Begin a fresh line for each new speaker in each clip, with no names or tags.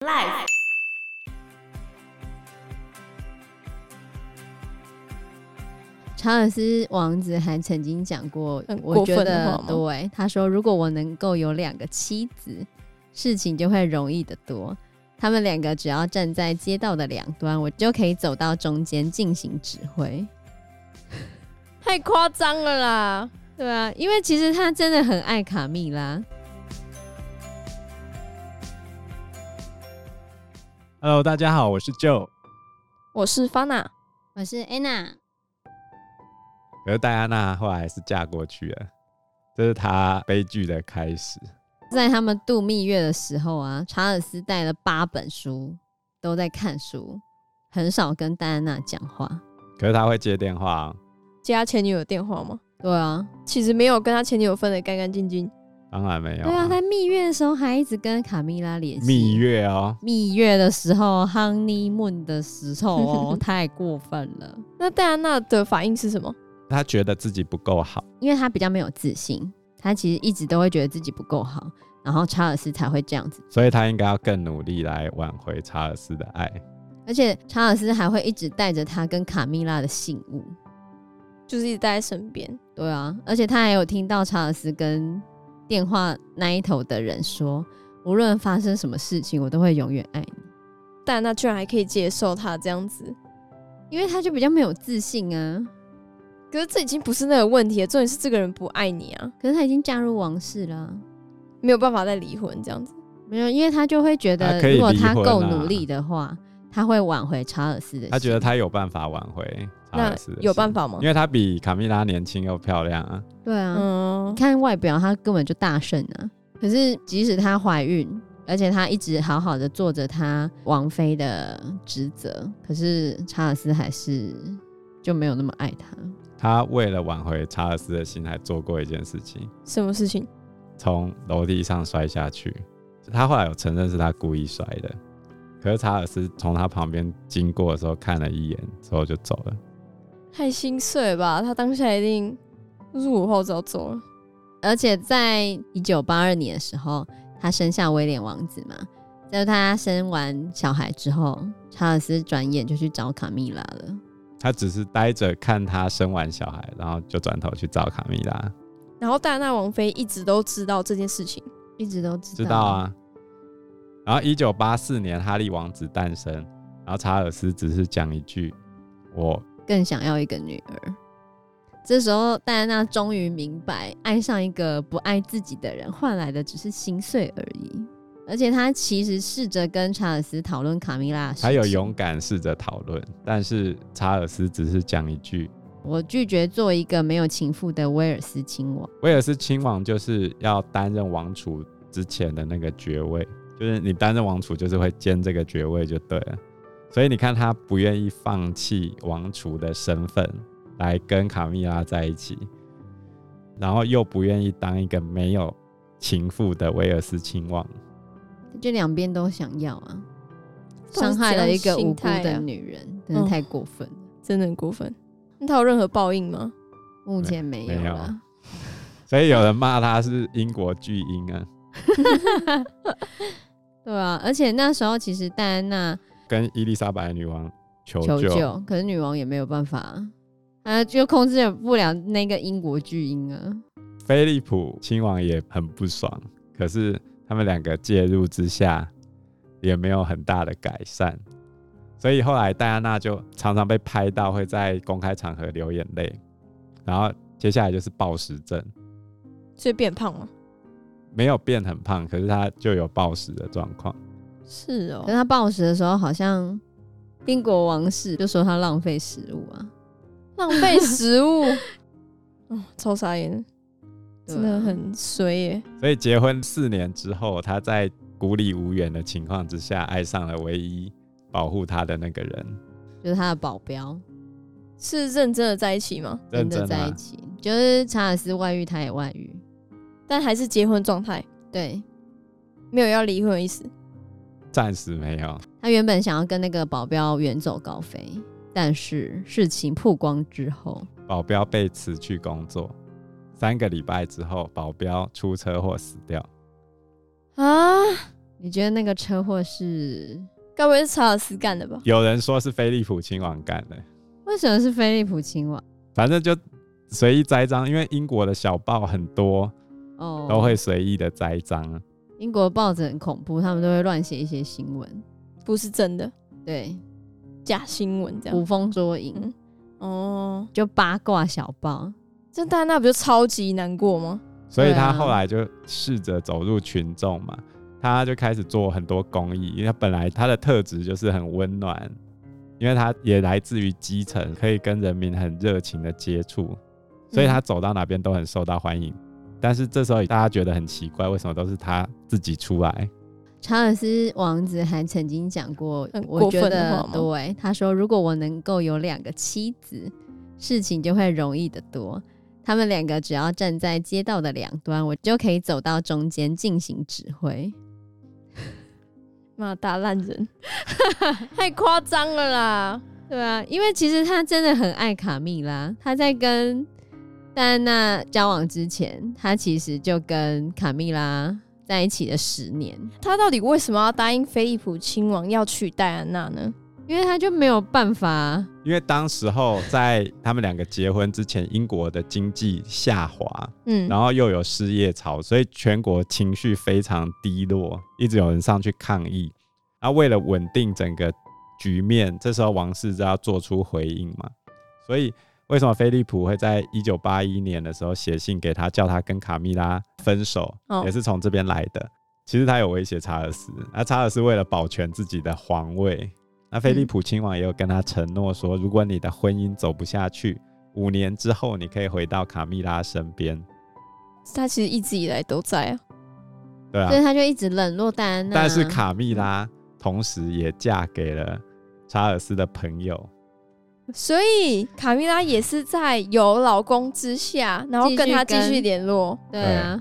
Life。
查尔斯王子还曾经讲过，
很
我
过
觉
分的
得
话吗
对他说，如果我能够有两个妻子，事情就会容易得多。他们两个只要站在街道的两端，我就可以走到中间进行指挥。
太夸张了啦！
对啊，因为其实他真的很爱卡蜜拉。
Hello，大家好，我是 Joe。
我是 Fana，
我是 Anna，
可是戴安娜后来还是嫁过去了，这是她悲剧的开始。
在他们度蜜月的时候啊，查尔斯带了八本书，都在看书，很少跟戴安娜讲话。
可是她会接电话哦，
接他前女友的电话吗？
对啊，
其实没有跟他前女友分得干干净净。
当然没有、
对啊，在蜜月的时候还一直跟卡蜜拉联系。
蜜月哦，
蜜月的时候，honeymoon 的时候 哦，太过分了，
那戴安娜的反应是什么？
她觉得自己不够好，
因为他比较没有自信，他其实一直都会觉得自己不够好，然后查尔斯才会这样子，
所以她应该要更努力来挽回查尔斯的爱。
而且查尔斯还会一直带着他跟卡蜜拉的信物。
就是一直待在身边。
对啊，而且他还有听到查尔斯跟电话那一头的人说，无论发生什么事情，我都会永远爱你。
戴安娜居然还可以接受他这样子，
因为他就比较没有自信啊，
可是这已经不是那个问题了，重点是这个人不爱你啊，
可是他已经嫁入王室啊啦、
没有办法再离婚这样子。
没有，因为他就会觉
他
得，
可以
如果
离
他
婚
够
啊
努力的话，他会挽回查尔斯的心。
她觉得她有办法挽回查
那
尔斯的
有办
心，
法吗
因？为她比卡蜜拉年轻又漂亮啊。
对啊，
嗯
你，看外表，他根本就大胜啊。可是即使她怀孕，而且她一直好好的做着她王妃的职责，可是查尔斯还是就没有那么爱她。
她为了挽回查尔斯的心，还做过一件事情，
什么事情？
从楼梯上摔下去。他后来有承认是他故意摔的，可是查尔斯从他旁边经过的时候看了一眼之后就走了。
太心碎了吧！他当下一定入伍后早走了。
而且在一九八二年的时候，她生下威廉王子嘛，在她生完小孩之后，查尔斯转眼就去找卡蜜拉了。
他只是呆着看他生完小孩，然后就转头去找卡蜜拉。
然后戴安娜王妃一直都知道这件事情，
一直都知道
知道，啊。然后一九八四年，哈利王子诞生，然后查尔斯只是讲一句“我
更想要一个女儿。这时候，戴安娜终于明白，爱上一个不爱自己的人，换来的只是心碎而已。而且，她其实试着跟查尔斯讨论卡米拉，
还有，勇敢试着讨论”，但是查尔斯只是讲一句
我拒绝做一个没有情妇的威尔斯亲王。
威尔斯亲王就是要担任王储之前的那个爵位，就是你担任王储就是会兼这个爵位就对了。所以你看，他不愿意放弃王储的身份来跟卡蜜拉在一起，然后又不愿意当一个没有情妇的威尔斯亲王。
就两边都想要啊，
到底
伤害了一个
怎样
无
心
辜
态啊
的女人，真的
嗯
太过分了。
真的很过分。那他有任何报应吗？
目前没有
没有
了。
所以有人骂他是英国巨婴啊，
对啊，而且那时候其实戴安娜
跟伊丽莎白女王求
求
救。
救，可是女王也没有办法啊，啊，就控制不了那个英国巨婴啊。
菲利普亲王也很不爽，可是他们两个介入之下，也没有很大的改善，所以后来戴安娜就常常被拍到会在公开场合流眼泪，然后接下来就是暴食症，
所以变胖吗？
没有变很胖，可是她就有暴食的状况。
是
可是
哦，
她暴食的时候，好像英国王室就说她浪费食物啊，
浪 费食物， 哦，超傻眼的，
对
真的
啊
很衰耶。
所以结婚四年之后，她在孤立无援的情况之下，爱上了唯一保护她的那个人，
就是她的保镖
是认真的在一起吗？
跟
认
着
真
在
啊
一，起，就是查尔斯外遇，她也外遇，
但还是结婚状态，
对。
没有要离婚的意思。
暂时没有。
她原本想要跟那个保镖远走高飞，但是事情曝光之后，
保镖被辞去工作，三个礼拜之后，保镖出车祸死掉。
啊，
你觉得那个车祸是
该不会是查尔斯干的吧？
有人说是菲利普亲王干的，
为什么是菲利普亲王？
反正就随意栽赃，因为英国的小报很多
哦，
都会随意的栽赃。
英国报纸很恐怖，他们都会乱写一些新闻，
不是真的，
对，
假新闻这
捕
样。
风捉影，
嗯哦，
就八卦小报。
这戴安娜不就超级难过吗？
所以
对啊
他后来就试着走入群众嘛，他就开始做很多公益，因为他本来他的特质就是很温暖，因为他也来自于基层，可以跟人民很热情的接触，所
嗯
以他走到哪边都很受到欢迎。但是这时候大家觉得很奇怪，为什么都是他自己出来？
查尔斯王子还曾经讲过
很，
我
过
觉
分的
得
话吗
对他说，如果我能够有两个妻子，事情就会容易得多。他们两个只要站在街道的两端，我就可以走到中间进行指挥。
妈打烂人，太夸张了啦！
对啊，因为其实他真的很爱卡蜜拉。他在跟戴安娜交往之前，他其实就跟卡蜜拉在一起了十年，
他到底为什么要答应菲利普亲王要娶戴安娜呢？
因为他就没有办法。
因为当时候在他们两个结婚之前，英国的经济下滑，
嗯，
然后又有失业潮，所以全国情绪非常低落，一直有人上去抗议。啊，为了稳定整个局面，这时候王室就要做出回应嘛。所以为什么菲利普会在一九八一年的时候写信给他，叫他跟卡米拉分手，
哦
也是从这边来的。其实他有威胁查尔斯，那、查尔斯为了保全自己的皇位，那菲利普亲王也有跟他承诺说，如果你的婚姻走不下去，五年之后你可以回到卡米拉身边。
他其实一直以来都在啊。
对啊
所，以他就一直冷落戴安娜。
但是卡蜜拉同时也嫁给了查尔斯的朋友，
所以卡米拉也是在有老公之下，然后跟他继续联络，
对啊，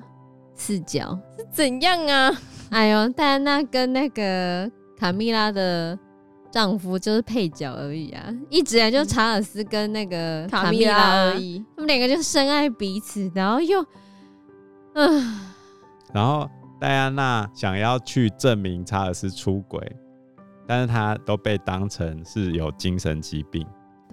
四角。
是怎样啊？
哎呦，戴安娜跟那个卡蜜拉的丈夫就是配角而已啊，一直以来就查尔斯跟那个卡
米
蜜拉啊
而，已。
他们两个就深爱彼此，然后又，啊，
然后戴安娜想要去证明查尔斯出轨，但是她都被当成是有精神疾病，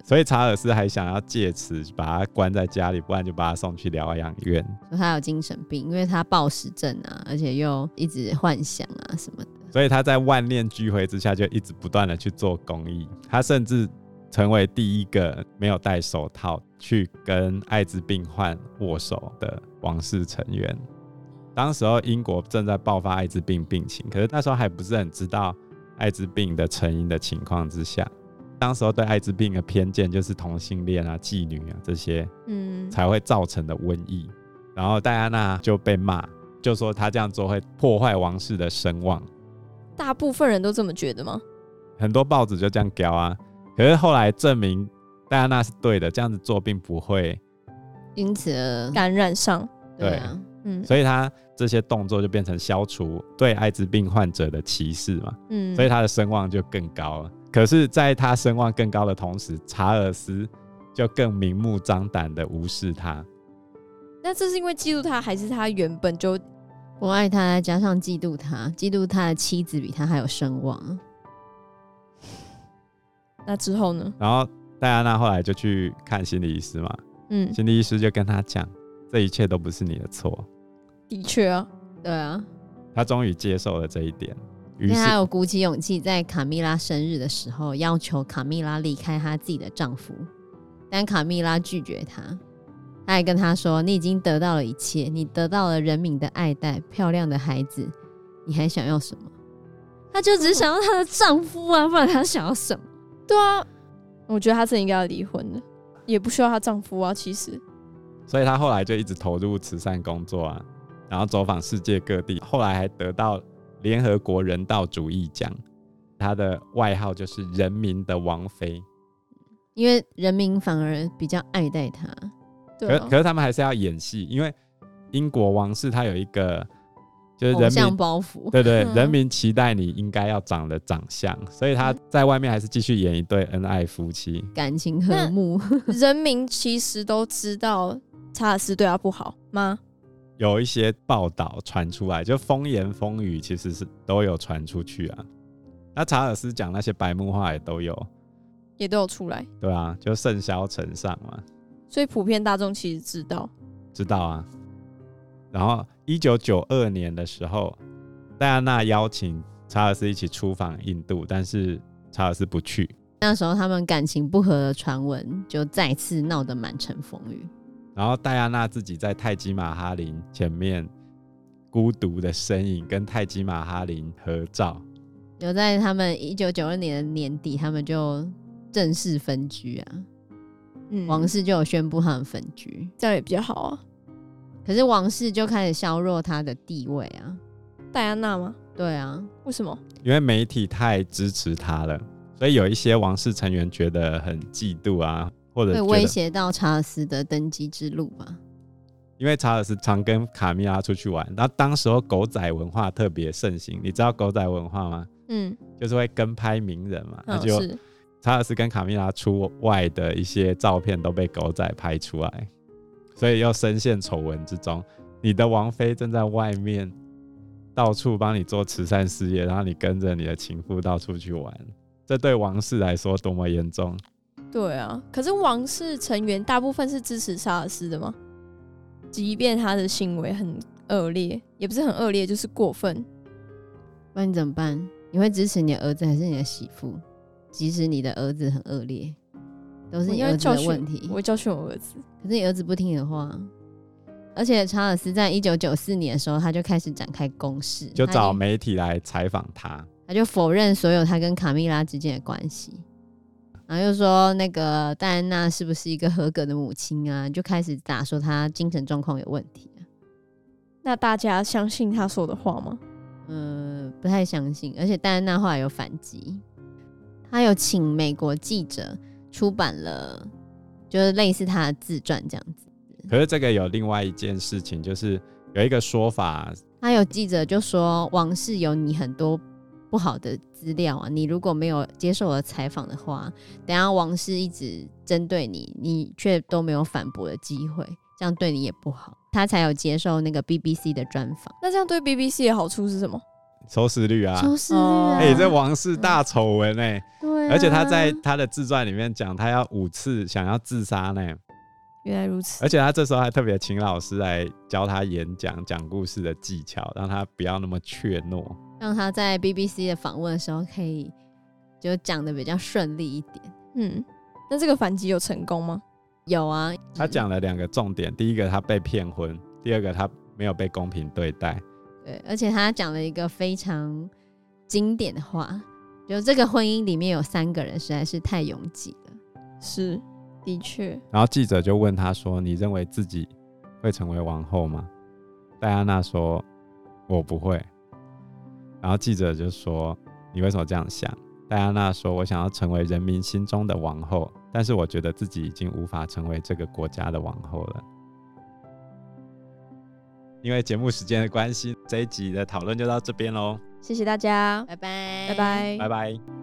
所以查尔斯还想要借此把她关在家里，不然就把她送去疗养院。
说他有精神病，因为他暴食症啊，而且又一直幻想啊什么的。
所以他在万念俱灰之下，就一直不断的去做公益。他甚至成为第一个没有戴手套去跟艾滋病患握手的王室成员。当时候英国正在爆发艾滋病病情，可是那时候还不是很知道艾滋病的成因的情况之下，当时候对艾滋病的偏见就是同性恋啊、妓女啊这些
嗯，
才会造成的瘟疫。然后戴安娜就被骂，就说她这样做会破坏王室的声望。
大部分人都这么觉得吗？
很多报纸就这样标啊。可是后来证明戴安娜是对的，这样子做并不会，
因此而，
感染上，
对啊，
嗯
所以她这些动作就变成消除对艾滋病患者的歧视嘛，
嗯，
所以她的声望就更高了。可是，在她声望更高的同时，查尔斯就更明目张胆的无视她。
那这是因为嫉妒他，还是他原本就
不爱他，再加上嫉妒他，嫉妒他的妻子比他还有声望。啊
那之后呢？
然后戴安娜后来就去看心理医师嘛，
嗯，
心理医师就跟她讲，这一切都不是你的错。
的确啊，
对啊，
她终于接受了这一点，于
因为
是
她有鼓起勇气，在卡蜜拉生日的时候要求卡蜜拉离开她自己的丈夫，但卡蜜拉拒绝她。她还跟她说：“你已经得到了一切，你得到了人民的爱戴，漂亮的孩子，你还想要什么？”她就只想要她的丈夫啊，不然她想要什么？
对啊，我觉得他是应该要离婚的，也不需要她丈夫啊。其实，
所以她后来就一直投入慈善工作啊，然后走访世界各地，后来还得到联合国人道主义奖。她的外号就是“人民的王妃”，
因为人民反而比较爱戴她。
对
可
啊
可，是他们还是要演戏，因为英国王室他有一个就是
偶
人
像
民
包袱，
对对
嗯
人民期待你应该要长的长相，所以他在外面还是继续演一对恩爱夫妻。
感情和睦，
人民其实都知道查尔斯对她不好吗？
有一些报道传出来，就风言风语其实是都有传出去啊。那查尔斯讲那些白目话也都有，
也都有出来，
对啊，就盛嚣尘上嘛，
所以普遍大众其实知道。
知道啊。然后一九九二年的时候，戴安娜邀请查尔斯一起出访印度，但是查尔斯不去。
那时候他们感情不和的传闻就再次闹得满城风雨。
然后戴安娜自己在泰姬玛哈林前面孤独的身影，跟泰姬玛哈林合照。
有在他们一九九二年的年底，他们就正式分居啊，
嗯
王室就有宣布他们分居，
这样也比较好啊。
可是王室就开始削弱他的地位啊。
戴安娜吗？
对啊，
为什么？
因为媒体太支持他了，所以有一些王室成员觉得很嫉妒啊，或者
会
觉
威
得，
胁到查尔斯的登基之路吧？
因为查尔斯常跟卡米拉出去玩，然后当时候狗仔文化特别盛行，你知道狗仔文化吗？
嗯，
就是会跟拍名人嘛，那
嗯
就是查尔斯跟卡米拉出外的一些照片都被狗仔拍出来，所以又深陷丑闻之中。你的王妃正在外面到处帮你做慈善事业，然后你跟着你的情妇到处去玩，这对王室来说多么严重！
对啊。可是王室成员大部分是支持查尔斯的吗？即便他的行为很恶劣，也不是很恶劣，就是过分。
不然你怎么办？你会支持你的儿子还是你的媳妇？即使你的儿子很恶劣，都是
我
你
应
儿
该
子
教
的
训
问题。
我会教训我儿子。
可是你儿子不听你的话，而且查尔斯在一九九四年的时候，他就开始展开攻势，
就
他
找媒体来采访他，
他就否认所有他跟卡蜜拉之间的关系，然后又说那个戴安娜是不是一个合格的母亲啊？就开始打说她精神状况有问题、啊。
那大家相信他说的话吗？
呃，不太相信，而且戴安娜后来有反击，她有请美国记者出版了，就是类似她的自传这样子。
可是这个有另外一件事情，就是有一个说法，
他有记者就说，王室有你很多不好的资料啊，你如果没有接受我的采访的话，等一下王室一直针对你，你却都没有反驳的机会，这样对你也不好。他才有接受那个 BBC 的专访，
那这样对 BBC 的好处是什么？
收视率啊，
收视率啊，
哎、这王室大丑闻哎、
对啊
而且他在他的自传里面讲，他要五次想要自杀呢、
原来如此。
而且他这时候还特别请老师来教他演讲、讲故事的技巧，让他不要那么怯懦。
让他在 BBC 的访问的时候可以就讲的比较顺利一点。
嗯，那这个反击有成功吗？
有啊，
他讲了两个重点：第一个，他被骗婚；第二个，他没有被公平对待。
对，而且他讲了一个非常经典的话，就这个婚姻里面有三个人实在是太拥挤了。
是，的确。
然后记者就问他说：“你认为自己会成为王后吗？”戴安娜说：“我不会。”然后记者就说：“你为什么这样想？”戴安娜说：“我想要成为人民心中的王后，但是我觉得自己已经无法成为这个国家的王后了。”因为节目时间的关系，这一集的讨论就到这边喽，
谢谢大家，
拜拜，
拜拜
拜拜。